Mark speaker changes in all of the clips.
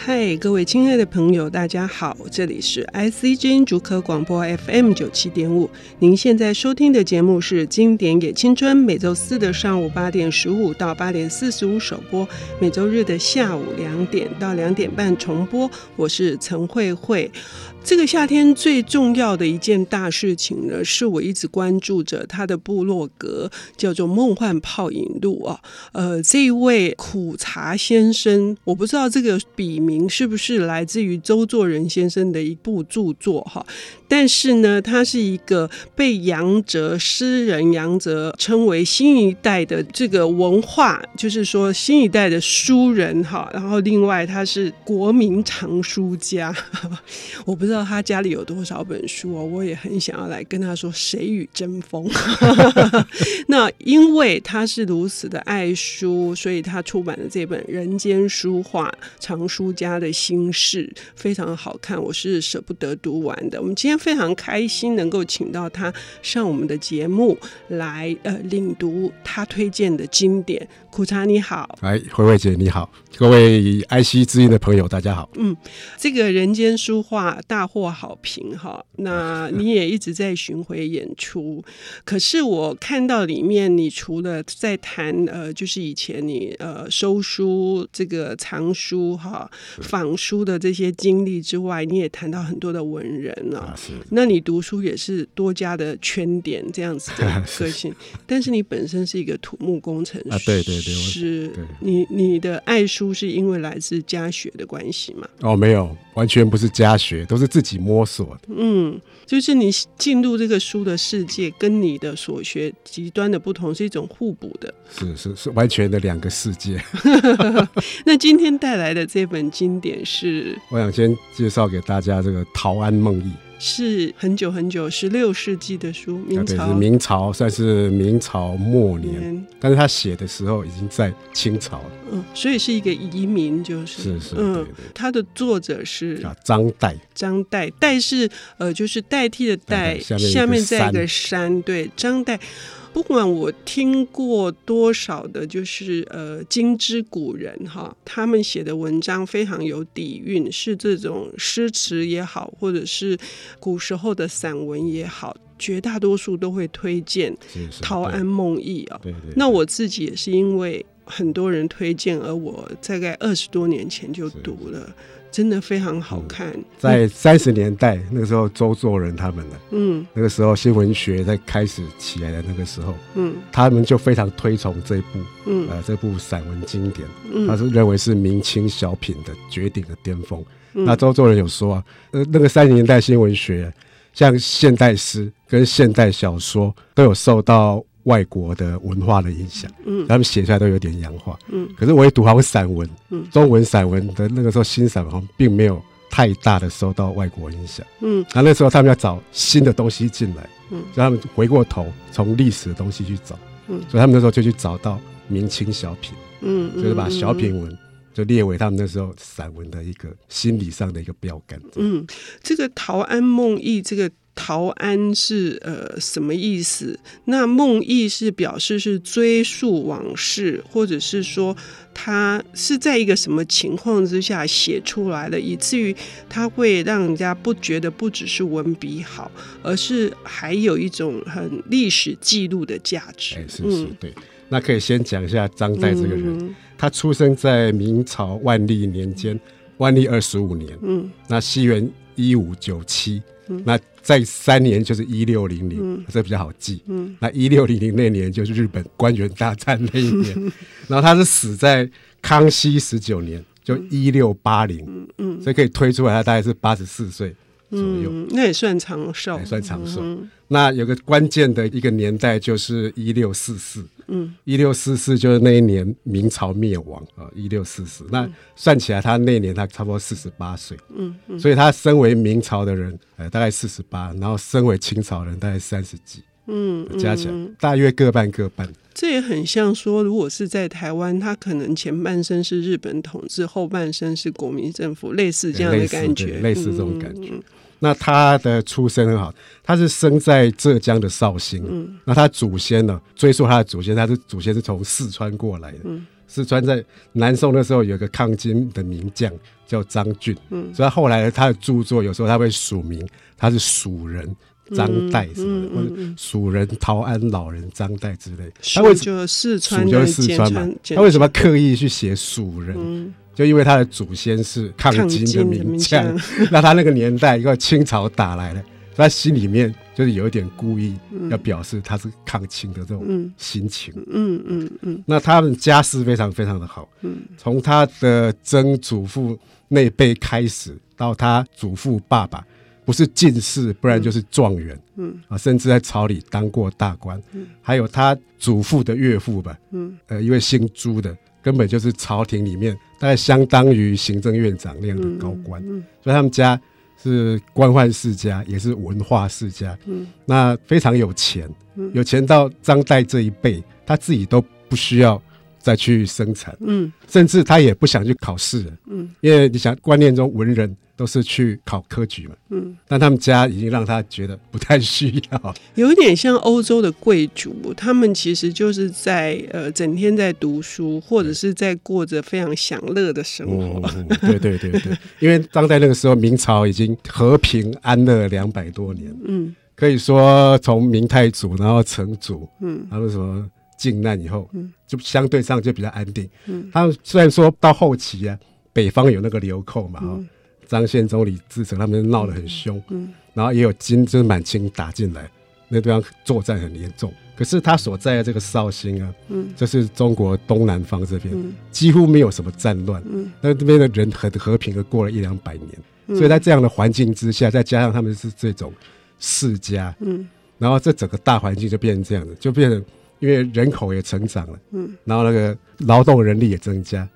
Speaker 1: 嗨，各位亲爱的朋友，大家好，这里是 ICG 竹科广播 FM 九七点五。您现在收听的节目是《经典也青春》，每周四的上午八点十五到八点四十五首播，每周日的下午两点到两点半重播。我是陈慧慧。这个夏天最重要的一件大事情呢，是我一直关注着他的部落格，叫做《梦幻泡影录》啊。呃，这一位苦茶先生，我不知道这个笔名是不是来自于周作人先生的一部著作哈，但是呢，他是一个被杨哲诗人杨哲称为新一代的这个文化，就是说新一代的书人哈。然后另外他是国民藏书家， 我不知道他家里有多少本书哦，我也很想要来跟他说谁与争锋。 那因为他是如此的爱书，所以他出版的这本《人间书画：藏书家的心事》非常好看，我是舍不得读完的。我们今天非常开心能够请到他上我们的节目来，呃，领读他推荐的经典。苦茶你好，
Speaker 2: 哎，慧慧姐你好，各位爱惜之音的朋友，大家好。
Speaker 1: 这个《人间书画》大获好评哈， 那你也一直在巡回演出。可是我看到里面，你除了在谈呃，就是以前你呃收书、这个藏书哈、仿书的这些经历之外，你也谈到很多的文人啊。
Speaker 2: 啊，是
Speaker 1: 那你读书也是多加的圈点这样子的个 性，但是你本身是一个土木工程师，
Speaker 2: 啊对对对我
Speaker 1: 是
Speaker 2: 对
Speaker 1: 你你的爱书是因为来自家学的关系嘛？
Speaker 2: 哦，没有，完全不是家学，都是自己摸索的。
Speaker 1: 嗯，就是你进入这个书的世界，跟你的所学极端的不同，是一种互补的。
Speaker 2: 是是是，完全的两个世界。
Speaker 1: 那今天带来的这本经典是
Speaker 2: 我想先介绍给大家这个《陶庵梦忆》，
Speaker 1: 是很久很久，十六世纪的书，
Speaker 2: 啊
Speaker 1: 明
Speaker 2: 对，
Speaker 1: 朝
Speaker 2: 是明朝，算是明朝末年，
Speaker 1: 年，
Speaker 2: 但是他写的时候已经在清朝了。
Speaker 1: 嗯，所以是一个移民，就是
Speaker 2: 是是，对
Speaker 1: 嗯。
Speaker 2: 对。
Speaker 1: 它的作者是
Speaker 2: 啊，张岱
Speaker 1: 张岱，岱是呃，就是代替的代，
Speaker 2: 代
Speaker 1: 下
Speaker 2: 嗯下面
Speaker 1: 面
Speaker 2: 一个
Speaker 1: 再一个
Speaker 2: 山
Speaker 1: 山，对，张岱。不管我听过多少的，就是呃，今之古人哈，他们写的文章非常有底蕴，是这种诗词也好，或者是古时候的散文也好，绝大多数都会推荐《
Speaker 2: 是是
Speaker 1: 陶庵，梦忆》啊。
Speaker 2: 对对对，
Speaker 1: 那我自己也是因为很多人推荐，而我大概二十多年前就读了，真的非常
Speaker 2: 嗯
Speaker 1: 好看。
Speaker 2: 在三十年代那个时候，周作人他们呢，
Speaker 1: 嗯
Speaker 2: 那个时候新文学在开始起来的那个时候，
Speaker 1: 嗯
Speaker 2: 他们就非常推崇这一部
Speaker 1: 嗯
Speaker 2: 呃，这部散文经典，他
Speaker 1: 嗯
Speaker 2: 是认为是明清小品的绝顶的巅峰。
Speaker 1: 嗯
Speaker 2: 那周作人有说啊，呃，那个三十年代新文学，像现代诗跟现代小说都有受到外国的文化的影响，
Speaker 1: 嗯
Speaker 2: 他们写出来都有点洋化。
Speaker 1: 嗯
Speaker 2: 可是唯独好像散文
Speaker 1: 嗯，
Speaker 2: 中文散文的那个时候新散文好像并没有太大的受到外国影响。
Speaker 1: 嗯
Speaker 2: 那那时候他们要找新的东西进来，
Speaker 1: 嗯
Speaker 2: 所以他们回过头从历史的东西去找，
Speaker 1: 嗯
Speaker 2: 所以他们那时候就去找到明清小品，
Speaker 1: 嗯，
Speaker 2: 就是把小品文就列为他们那时候散文的一个心理上的一个标杆。
Speaker 1: 嗯。嗯，这个《陶庵梦忆》这个。陶庵是呃什么意思？那梦忆是表示是追溯往事，或者是说他是在一个什么情况之下写出来的，以至于他会让人家不觉得不只是文笔好，而是还有一种很历史记录的价值。
Speaker 2: 哎，是是，对。那可以先讲一下张岱这个人，
Speaker 1: 嗯
Speaker 2: 他出生在明朝万历年间，万历二十五年，
Speaker 1: 嗯
Speaker 2: 那西元一五九七
Speaker 1: 嗯，
Speaker 2: 那在三年就是一六零
Speaker 1: 嗯
Speaker 2: 零，这比较好记。
Speaker 1: 嗯
Speaker 2: 那一六零零那年就是日本官员大战那一年， 然后他是死在康熙十九年，就一六八零，
Speaker 1: 嗯嗯
Speaker 2: 所以可以推出来他大概是八十四岁左右，
Speaker 1: 嗯，那也算长寿，
Speaker 2: 还哎算长寿。
Speaker 1: 嗯
Speaker 2: 那有个关键的一个年代就是一六四四，
Speaker 1: 嗯
Speaker 2: 一六四四就是那一年明朝灭亡啊，一六四四。那算起来，他那年他差不多四十八岁，
Speaker 1: 嗯嗯
Speaker 2: 所以他身为明朝的人，呃，大概四十八，然后身为清朝人大概三十几，
Speaker 1: 嗯，嗯
Speaker 2: 加起来大约各半各半。
Speaker 1: 这也很像说，如果是在台湾，他可能前半生是日本统治，后半生是国民政府，类似这样的
Speaker 2: 类似
Speaker 1: 感
Speaker 2: 对
Speaker 1: 觉，
Speaker 2: 类似这种感觉
Speaker 1: 嗯。
Speaker 2: 那他的出身很好，他是生在浙
Speaker 1: 嗯
Speaker 2: 江
Speaker 1: 嗯
Speaker 2: 的绍兴。那他祖先呢？追溯他的祖先，他的祖先是从四川过来的。四川在南宋的时候有一个抗金的名将叫张俊，
Speaker 1: 嗯
Speaker 2: 所以他后来他的著作有时候他会署名，他是蜀人张岱什么的，
Speaker 1: 嗯嗯
Speaker 2: 或
Speaker 1: 嗯
Speaker 2: 者
Speaker 1: 嗯
Speaker 2: 蜀人陶安老人张岱之类。他
Speaker 1: 蜀
Speaker 2: 为什
Speaker 1: 就四川
Speaker 2: 蜀
Speaker 1: 的
Speaker 2: 就是四
Speaker 1: 简
Speaker 2: 川嘛
Speaker 1: 称，简
Speaker 2: 他为什么要刻意去写蜀人？
Speaker 1: 嗯，
Speaker 2: 就因为他的祖先是抗
Speaker 1: 抗
Speaker 2: 金
Speaker 1: 金
Speaker 2: 的
Speaker 1: 的
Speaker 2: 名
Speaker 1: 名
Speaker 2: 将，
Speaker 1: 将，
Speaker 2: 那他那个年代，因为清朝打来了，所以他心里面就是有一点故意要表示他是抗清的这种
Speaker 1: 嗯
Speaker 2: 心情。
Speaker 1: 嗯嗯嗯
Speaker 2: 那他们家世非常非常的好，
Speaker 1: 嗯
Speaker 2: 从他的曾祖父那辈开始，到他祖父爸爸，不是进士，不然就是状元
Speaker 1: 嗯
Speaker 2: 啊，甚至在朝里当过大官。还有他祖父的岳父吧，
Speaker 1: 嗯
Speaker 2: 呃，一位姓朱的，根本就是朝廷里面大概相当于行政院长那样的
Speaker 1: 嗯，
Speaker 2: 高官。
Speaker 1: 嗯
Speaker 2: 所以他们家是官宦世家，也是文化世家，
Speaker 1: 嗯
Speaker 2: 那非常有钱
Speaker 1: 嗯，
Speaker 2: 有钱到张岱这一辈，他自己都不需要再去生产，
Speaker 1: 嗯
Speaker 2: 甚至他也不想去考试了，
Speaker 1: 嗯
Speaker 2: 因为你想观念中文人都是去考科举嘛，
Speaker 1: 嗯，
Speaker 2: 但他们家已经让他觉得不太需要，
Speaker 1: 有一点像欧洲的贵族，他们其实就是在呃整天在读书，或者是在过着非常享乐的生活。
Speaker 2: 嗯，对对对对，因为张岱那个时候明朝已经和平安乐两百多年，
Speaker 1: 嗯
Speaker 2: 可以说从明太祖，然后成祖，
Speaker 1: 嗯，
Speaker 2: 然后什么靖难以后，
Speaker 1: 嗯
Speaker 2: 就相对上就比较安定。
Speaker 1: 嗯
Speaker 2: 他们虽然说到后期啊，北方有那个流寇嘛，哈、
Speaker 1: 嗯
Speaker 2: 张献忠、李自成他们闹得很凶，
Speaker 1: 嗯
Speaker 2: 然后也有金就是满清打进来，那地方作战很严重。可是他所在的这个绍兴啊，
Speaker 1: 嗯
Speaker 2: 就是中国东南方这边，
Speaker 1: 嗯
Speaker 2: 几乎没有什么战乱，
Speaker 1: 嗯
Speaker 2: 那这边的人很和平的过了一两百年。
Speaker 1: 嗯
Speaker 2: 所以在这样的环境之下，再加上他们是这种世家，
Speaker 1: 嗯
Speaker 2: 然后这整个大环境就变成这样子，就变成因为人口也成长了，
Speaker 1: 嗯，
Speaker 2: 然后那个劳动人力也增加，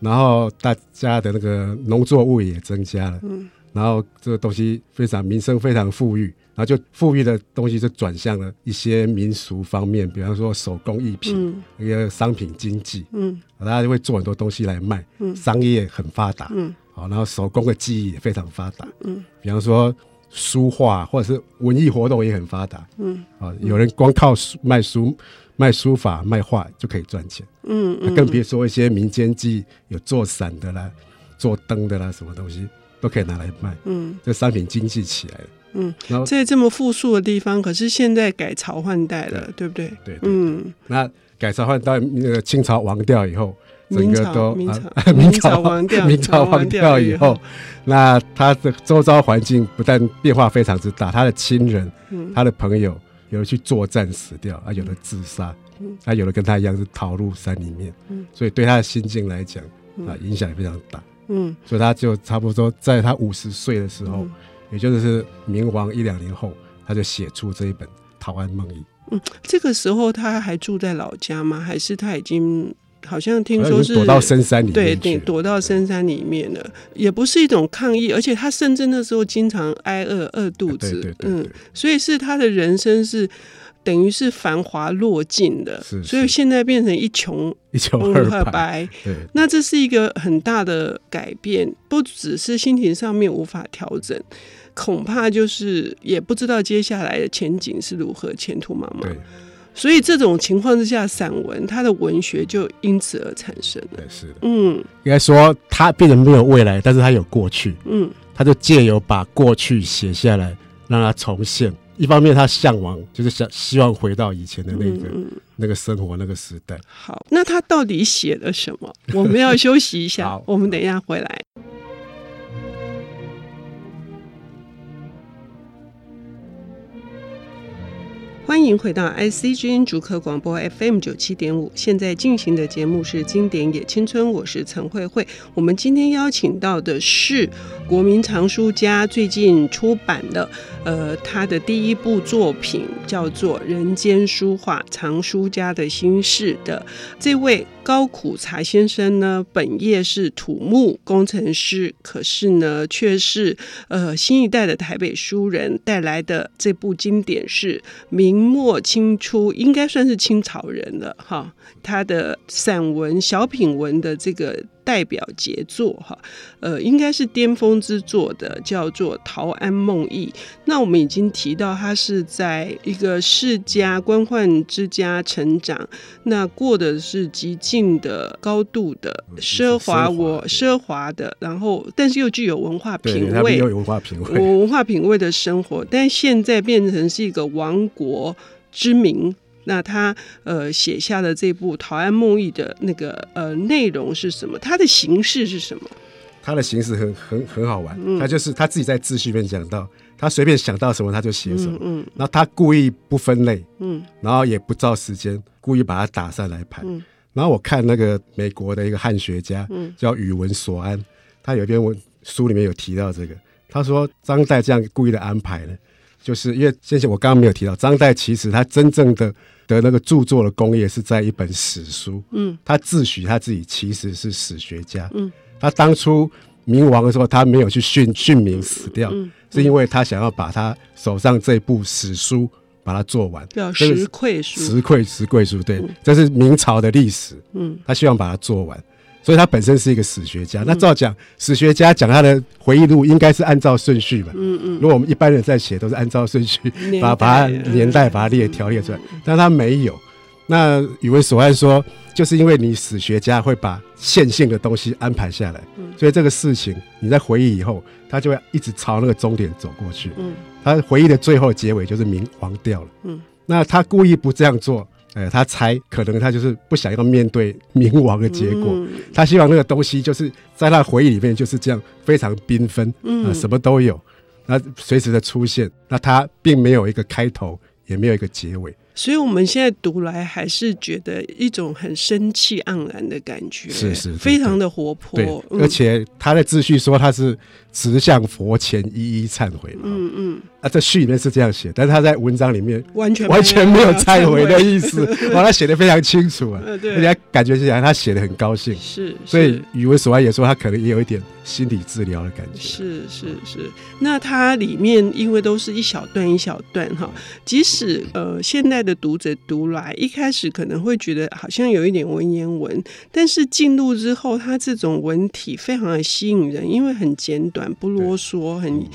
Speaker 2: 然后大家的那个农作物也增加了，
Speaker 1: 嗯，
Speaker 2: 然后这个东西非常民生非常富裕，然后就富裕的东西就转向了一些民俗方面，比方说手工艺品，
Speaker 1: 嗯
Speaker 2: 一个商品经济，
Speaker 1: 嗯
Speaker 2: 大家就会做很多东西来卖，
Speaker 1: 嗯
Speaker 2: 商业很发达，
Speaker 1: 嗯
Speaker 2: 好，然后手工的技艺也非常发达，
Speaker 1: 嗯
Speaker 2: 比方说书画或者是文艺活动也很发达。
Speaker 1: 嗯
Speaker 2: 啊，有人光靠书卖书、卖书法、卖画就可以赚钱，
Speaker 1: 嗯
Speaker 2: 那
Speaker 1: 嗯，
Speaker 2: 更别说一些民间技艺，有做伞的啦、做灯的啦，什么东西都可以拿来卖，
Speaker 1: 嗯。
Speaker 2: 这商品经济起来了。
Speaker 1: 嗯，
Speaker 2: 然后
Speaker 1: 在这么富庶的地方，可是现在改朝换代了，对不对？
Speaker 2: 对对
Speaker 1: 嗯，
Speaker 2: 那改朝换代，那个清朝亡掉以后，整
Speaker 1: 明
Speaker 2: 个
Speaker 1: 朝
Speaker 2: 都
Speaker 1: 明
Speaker 2: 啊
Speaker 1: 朝
Speaker 2: 明
Speaker 1: 明朝
Speaker 2: 朝
Speaker 1: 亡掉明
Speaker 2: 明朝
Speaker 1: 朝
Speaker 2: 亡
Speaker 1: 亡掉
Speaker 2: 掉以
Speaker 1: 以
Speaker 2: 后
Speaker 1: 后，
Speaker 2: 那他的周遭环境不但变化非常之大，他的亲人、
Speaker 1: 嗯
Speaker 2: 他的朋友，有的去作战死掉，啊，有的自杀
Speaker 1: 嗯，
Speaker 2: 啊，有的跟他一样是逃入山里面
Speaker 1: 嗯，
Speaker 2: 所以对他的心境来讲
Speaker 1: 嗯
Speaker 2: 啊，影响也非常大。
Speaker 1: 嗯
Speaker 2: 所以他就差不多在他五十岁的时候
Speaker 1: 嗯，
Speaker 2: 也就是明亡一两年后，他就写出这一本《陶庵梦忆》。
Speaker 1: 嗯，这个时候他还住在老家吗？还是他已经好像听
Speaker 2: 好像
Speaker 1: 说
Speaker 2: 已
Speaker 1: 是
Speaker 2: 经躲到深山里
Speaker 1: 对，
Speaker 2: 面去
Speaker 1: 对，
Speaker 2: 了，
Speaker 1: 躲到深山里面了，也不是一种抗议，而且他甚至那时候经常挨饿饿肚
Speaker 2: 对对
Speaker 1: 子
Speaker 2: 对，对
Speaker 1: 嗯，所以是他的人生是等于是繁华落尽的，
Speaker 2: 是
Speaker 1: 所以
Speaker 2: 是
Speaker 1: 现在变成一穷
Speaker 2: 一九
Speaker 1: 不
Speaker 2: 二
Speaker 1: 二
Speaker 2: 八，
Speaker 1: 白，
Speaker 2: 对，
Speaker 1: 那这是一个很大的改变，不只是心情上面无法调整，恐怕就是也不知道接下来的前景是如何，前途茫茫
Speaker 2: 对。
Speaker 1: 所以这种情况之下，散文它的文学就因此而产生了。
Speaker 2: 对是的。
Speaker 1: 嗯
Speaker 2: 应该说他变得没有未来，但是他有过去，
Speaker 1: 嗯
Speaker 2: 他就借由把过去写下来，让他重现。一方面他向往，就是想希望回到以前的那
Speaker 1: 嗯
Speaker 2: 个、
Speaker 1: 嗯，
Speaker 2: 那个生活那个时代。
Speaker 1: 好，那他到底写了什么？ 我们要休息一下
Speaker 2: 好，
Speaker 1: 我们等一下回来。欢迎回到 IC 之音主客广播 FM 九七点五，现在进行的节目是《经典也青春》，我是陈慧慧。我们今天邀请到的是国民藏书家最近出版的，呃，他的第一部作品叫做《人间书画：藏书家的心事》的这位高苦茶先生呢，本业是土木工程师，可是呢，却是呃新一代的台北书人带来的这部经典是明末清初，应该算是清朝人了哈。他的散文、小品文的这个代表杰作哈，呃，应该是巅峰之作的，叫做《陶庵梦忆》。那我们已经提到，他是在一个世家官宦之家成长，那过的是极尽的高度的奢华，我嗯奢华的，然后但是又具有文化
Speaker 2: 对，
Speaker 1: 品
Speaker 2: 他们
Speaker 1: 味哦
Speaker 2: 有，文化品味，
Speaker 1: 我文化品味的生活，但现在变成是一个亡国之名。那他呃写下的这部《陶庵梦忆》的那个呃内容是什么？它的形式是什么？
Speaker 2: 他的形式很很很好玩，
Speaker 1: 嗯
Speaker 2: 他就是他自己在自序里面讲到，他随便想到什么他就写什么，
Speaker 1: 嗯
Speaker 2: 然后他故意不分类，
Speaker 1: 嗯
Speaker 2: 然后也不照时间，故意把它打散来排。
Speaker 1: 嗯
Speaker 2: 然后我看那个美国的一个汉学家，
Speaker 1: 嗯
Speaker 2: 叫宇文所安，他有一篇文书里面有提到这个，他说张岱这样故意的安排呢，就是因为先前我刚刚没有提到，张岱其实他真正的的那个著作的功业是在一本史书，
Speaker 1: 嗯，
Speaker 2: 他自诩他自己其实是史学家，
Speaker 1: 嗯，
Speaker 2: 他当初明亡的时候，他没有去殉殉名死掉，
Speaker 1: 嗯
Speaker 2: 是因为他想要把他手上这部史书把它做完，
Speaker 1: 叫
Speaker 2: 这个
Speaker 1: 石愧书。
Speaker 2: 石愧石愧书，对，这是明朝的历史，
Speaker 1: 嗯，
Speaker 2: 他希望把它做完，所以他本身是一个史学家。那照讲，史学家讲他的回忆录应该是按照顺序嘛，嗯嗯。如果我们一般人在写，都是按照顺序
Speaker 1: 年代
Speaker 2: 把把它
Speaker 1: 嗯
Speaker 2: 年代把它列条列出来，但他没有。那语文所爱说，就是因为你史学家会把线性的东西安排下来，
Speaker 1: 嗯
Speaker 2: 所以这个事情你在回忆以后，他就会一直朝那个终点走过去。
Speaker 1: 嗯
Speaker 2: 他回忆的最后结尾就是明亡掉了。
Speaker 1: 嗯，
Speaker 2: 那他故意不这样做，呃，他猜可能他就是不想要面对明亡的结果，
Speaker 1: 嗯
Speaker 2: 他希望那个东西就是在他回忆里面就是这样非常缤纷，
Speaker 1: 嗯
Speaker 2: 呃什么都有，那随时的出现，那他并没有一个开头，也没有一个结尾，
Speaker 1: 所以我们现在读来还是觉得一种很生气盎然的感觉，
Speaker 2: 是是是
Speaker 1: 非常的活泼
Speaker 2: 对，，
Speaker 1: 嗯
Speaker 2: 而且他的秩序说他是直向佛前一一忏悔嘛，
Speaker 1: 嗯嗯，
Speaker 2: 啊，这序里面是这样写，但是他在文章里面
Speaker 1: 完全
Speaker 2: 完全没有忏悔的
Speaker 1: 思，
Speaker 2: 意 思，哇，他写的非常清楚啊，
Speaker 1: 呃
Speaker 2: 而
Speaker 1: 对，
Speaker 2: 且感觉起来他写的很高兴，
Speaker 1: 是，
Speaker 2: 所以
Speaker 1: 是
Speaker 2: 语文所爱也说他可能也有一点心理治疗的感觉，
Speaker 1: 是是是，那它里面因为都是一小段一小段哈，即使呃现代的读者读来一开始可能会觉得好像有一点文言文，但是进入之后，它这种文体非常的吸引人，因为很简短，不啰嗦，很。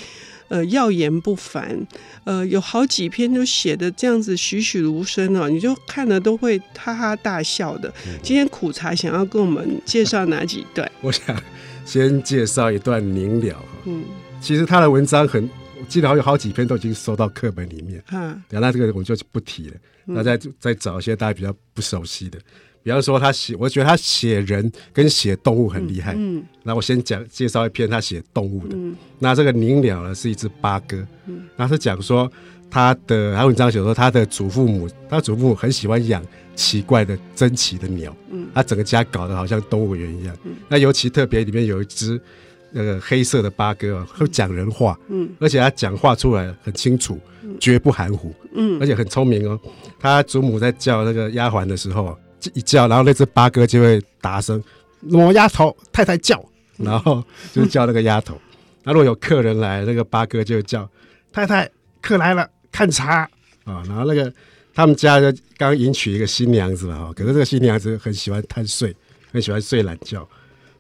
Speaker 1: 呃，耀言不凡，呃，有好几篇都写的这样子栩栩如生哦，你就看了都会哈哈大笑的。今天苦茶想要跟我们介绍哪几段？
Speaker 2: 我想先介绍一段凝了哈，
Speaker 1: 嗯，
Speaker 2: 其实他的文章很，我记得好像有好几篇都已经收到课本里面，
Speaker 1: 啊，
Speaker 2: 等一下那这个我就不提了，那再
Speaker 1: 嗯
Speaker 2: 再找一些大家比较不熟悉的，比方说他写，我觉得他写人跟写动物很厉害，
Speaker 1: 嗯。
Speaker 2: 那我先讲介绍一篇他写动物的。那这个宁鸟呢是一只八哥，
Speaker 1: 嗯
Speaker 2: 那是讲说他的，还有文章写说他的祖父母，他祖父母很喜欢养奇怪的珍奇的鸟，
Speaker 1: 嗯
Speaker 2: 他整个家搞得好像动物园一样。那尤其特别里面有一只那个、黑色的八哥啊，会讲人话，
Speaker 1: 嗯
Speaker 2: 而且他讲话出来很清楚，绝不含糊，
Speaker 1: 嗯
Speaker 2: 而且很聪明哦。他祖母在叫那个丫鬟的时候，一叫，然后那只八哥就会答声“我丫头太太叫”，然后就是叫那个丫头。那如果有客人来，那个八哥就叫太太，客来了，看茶啊、然后那个他们家就刚迎娶一个新娘子嘛，哈，可是这个新娘子很喜欢贪睡，很喜欢睡懒觉。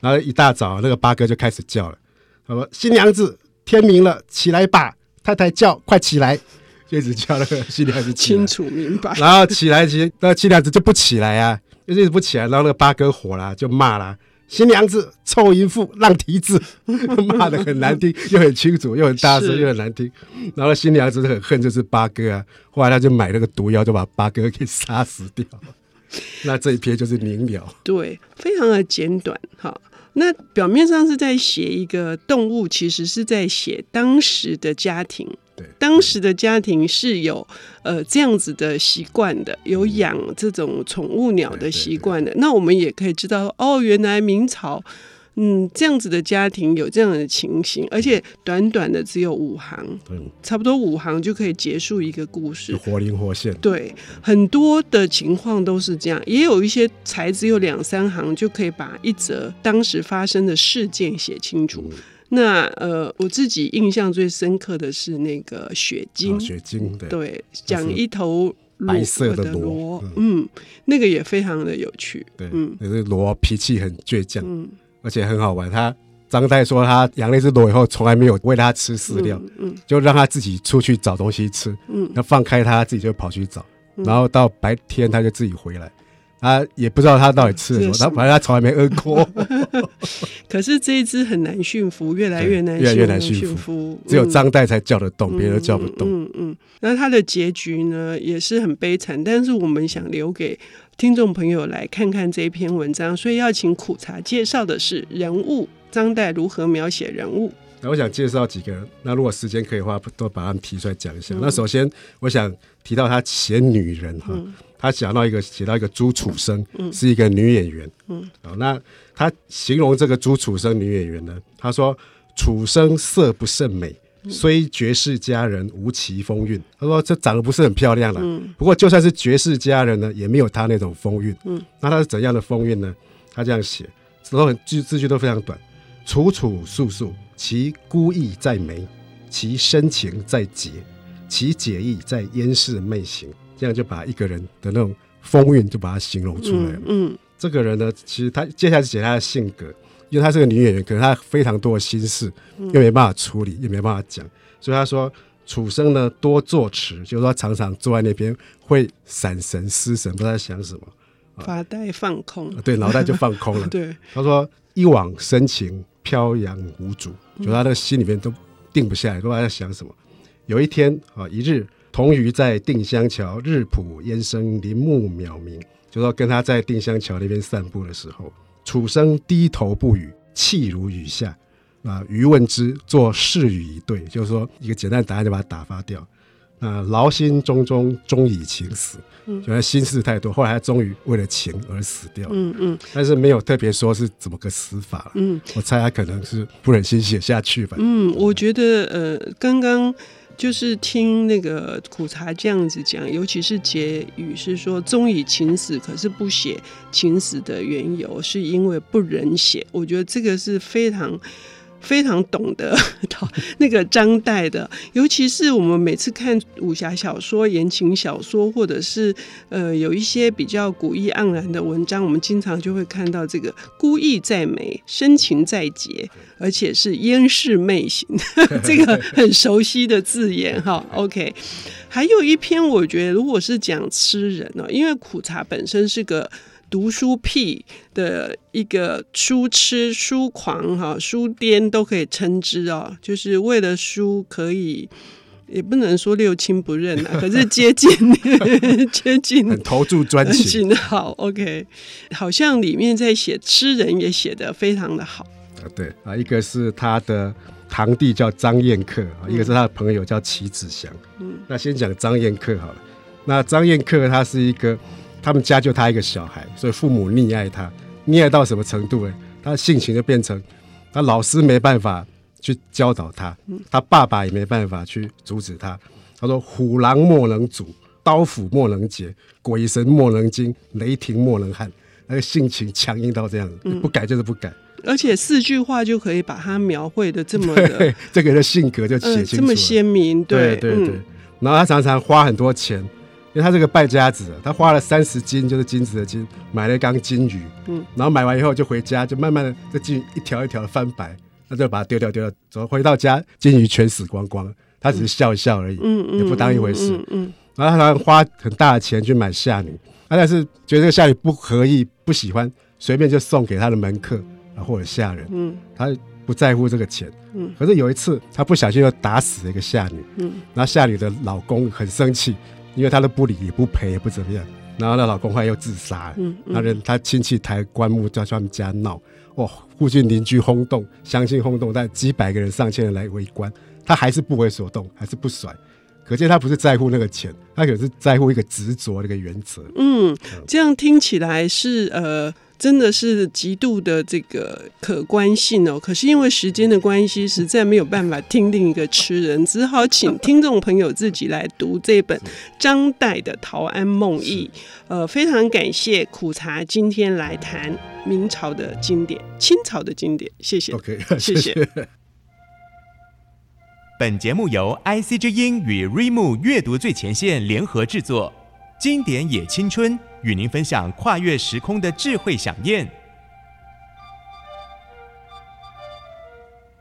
Speaker 2: 然后一大早，那个八哥就开始叫了，他说：“新娘子，天明了，起来吧， 太太叫，快起来！”就一直叫那个新娘子起来
Speaker 1: 清。楚明白。
Speaker 2: 然后起来，其实那新娘子就不起来啊，就一直不起来。然后那个八哥火啦，就骂啦：“新娘子，臭淫妇，浪蹄子！” 骂的很难听，又很清楚，又很大声，
Speaker 1: 是
Speaker 2: 又很难听。然后新娘子很恨这只八哥啊，后来他就买那个毒药，就把八哥给杀死掉。 那这一篇就是明了，
Speaker 1: 对，非常的简短哈。那表面上是在写一个动物，其实是在写当时的家庭。
Speaker 2: 对
Speaker 1: 当时的家庭是有呃这样子的习惯的，有养这种宠物鸟的习惯的。那我们也可以知道，哦，原来明朝。嗯，这样子的家庭有这样的情形，而且短短的只有五行，
Speaker 2: 嗯，
Speaker 1: 差不多五行就可以结束一个故事
Speaker 2: 就。活灵活现。
Speaker 1: 对，很多的情况都是这样，也有一些才只有两三行就可以把一则当时发生的事件写清楚。
Speaker 2: 嗯
Speaker 1: 那呃，我自己印象最深刻的是那个雪晶，
Speaker 2: 啊血晶对，
Speaker 1: 对，讲一头裸嗯
Speaker 2: 白色的
Speaker 1: 的
Speaker 2: 螺
Speaker 1: 螺，嗯，那个也非常的有趣，
Speaker 2: 对
Speaker 1: 嗯，
Speaker 2: 那只罗脾气很倔强，
Speaker 1: 嗯
Speaker 2: 而且很好玩。他张岱说他养那只螺以后，从来没有喂它吃饲料，
Speaker 1: 嗯
Speaker 2: 就让它自己出去找东西吃。
Speaker 1: 嗯
Speaker 2: 那放开它，自己就跑去找，然后到白天它就自己回来。它也不知道它到底吃了什么，
Speaker 1: 这
Speaker 2: 它
Speaker 1: 个是
Speaker 2: 反正它从来没饿 过，
Speaker 1: 可是这一只很难驯服，越来越难，
Speaker 2: 对越来越难驯
Speaker 1: 驯
Speaker 2: 服
Speaker 1: 服，
Speaker 2: 只有
Speaker 1: 嗯
Speaker 2: 张岱才叫得动，别人都叫不动。
Speaker 1: 嗯嗯嗯，那它的结局呢也是很悲惨，但是我们想留给听众朋友来看看这篇文章，所以要请苦茶介绍的是人物张岱如何描写人物。
Speaker 2: 那我想介绍几个人，那如果时间可以的话，都把他们提出来讲一
Speaker 1: 嗯
Speaker 2: 下。那首先，我想提到他写女人哈，
Speaker 1: 嗯
Speaker 2: 他想到一个写到一个朱楚生，是一个女演员。嗯，好，那他形容这个朱楚生女演员呢，他说：“楚生色不甚美，虽绝世佳人，无其风韵。”他说：“这长得不是很漂亮了，不过就算是绝世佳人呢，也没有她那种风韵。”嗯，那她是怎样的风韵呢？他这样写，之后很字字句都非常短。楚楚肃肃，其孤意在眉，其深情在节，其解意在烟视媚行。这样就把一个人的那种风韵就把它形容出来了。
Speaker 1: 嗯
Speaker 2: 这个人呢，其实他接下来是写他的性格，因为她是个女演员，可能她非常多的心事，又没办法处理，也没办法讲，所以他说。楚生呢，多坐迟，就是说常常坐在那边会散神失神，不知道在想什么，
Speaker 1: 嗯，发呆放空，。
Speaker 2: 对，脑袋就放空了
Speaker 1: 对，
Speaker 2: 他说一往深情飘扬无主，就他的心里面都定不下来，都不知道在想什么。有一天啊，一日同于在定襄桥日浦烟生林木渺明，就说跟他在定襄桥那边散步的时候，楚生低头不语，气如雨下。啊，余问之，作是语一对，就是说一个简单的答案就把它打发掉。那劳心中中，终以情死，就他心事太多，后来他终于为了情而死掉。
Speaker 1: 嗯嗯
Speaker 2: 但是没有特别说是怎么个死法了。
Speaker 1: 嗯
Speaker 2: 我猜他可能是不忍心写下去吧。
Speaker 1: 嗯，我觉得呃，刚刚。就是听那个苦茶这样子讲，尤其是结语是说“终以情死”，可是不写情死的缘由，是因为不忍写。我觉得这个是非常非常懂得讨那个张岱的，尤其是我们每次看武侠小说、言情小说，或者是呃有一些比较古意盎然的文章，我们经常就会看到这个孤意在眉，深情在节，而且是烟视媚行， 这个很熟悉的字眼哈。OK，还有一篇，我觉得如果是讲吃人哦，因为苦茶本身是个读书癖的一个书痴、书狂哈、书癫都可以称之哦，就是为了书可以。也不能说六亲不认 啊，可是接近 接近
Speaker 2: 很投注专
Speaker 1: 很
Speaker 2: 情，
Speaker 1: 近好，OK，好像里面在写吃人也写得非常的好，
Speaker 2: 啊对啊，一个是他的堂弟叫张燕克啊，一个是他的朋友叫齐子祥。嗯，那先讲张燕克好了。那张燕克他是一个，他们家就他一个小孩，所以父母溺爱他，溺爱到什么程度呢？他的性情就变成，他老师没办法去教导他，他爸爸也没办法去阻止他。他说：“虎狼莫能阻，刀斧莫能截，鬼神莫能惊，雷霆莫能撼。”那个性情强硬到这样子，不改就是不改。
Speaker 1: 而且四句话就可以把它描绘的这么的，
Speaker 2: 对，这个人的性格就
Speaker 1: 嗯、
Speaker 2: 写清
Speaker 1: 这
Speaker 2: 楚了。
Speaker 1: 么鲜明，
Speaker 2: 对
Speaker 1: 对嗯
Speaker 2: 对对。然后他常常花很多钱，因为他是个败家子，他花了三十斤，就是金子的金，买了一缸金鱼。
Speaker 1: 嗯
Speaker 2: 嗯，然后买完以后就回家，就慢慢的这金鱼一条一条的翻白，那就把它丢掉丢掉。走回到家，金鱼全死光光了，他只是笑一笑而已，
Speaker 1: 嗯嗯嗯，
Speaker 2: 也不当一回事。
Speaker 1: 嗯嗯
Speaker 2: 然后他常常花很大的钱去买夏女，他但是觉得这个夏女不合意，不喜欢，随便就送给他的门客啊或者下人。
Speaker 1: 嗯
Speaker 2: 他不在乎这个钱。
Speaker 1: 嗯
Speaker 2: 可是有一次，他不小心又打死了一个夏女，
Speaker 1: 嗯
Speaker 2: 然后夏女的老公很生气，因为他都不理，也不赔，也不怎么样。然后她老公后来又自杀了。
Speaker 1: 嗯
Speaker 2: 那人他亲戚抬棺木叫他们家闹，哇，附近邻居轰动，乡亲轰动，但几百个人、上千人来围观，他还是不为所动，还是不甩。可见他不是在乎那个钱，他可是在乎一个执着的一个原则。
Speaker 1: 嗯，这样听起来是呃，真的是极度的这个可观性哦。可是因为时间的关系，实在没有办法听另一个吃人，只好请听众朋友自己来读这本张岱的《陶庵梦忆》。呃，非常感谢苦茶今天来谈明朝的经典、清朝的经典，谢谢。
Speaker 2: OK，
Speaker 1: 谢谢
Speaker 3: 本节目由 IC 之音与 Reimu 阅读最前线联合制作，经典也青春与您分享跨越时空的智慧飨宴。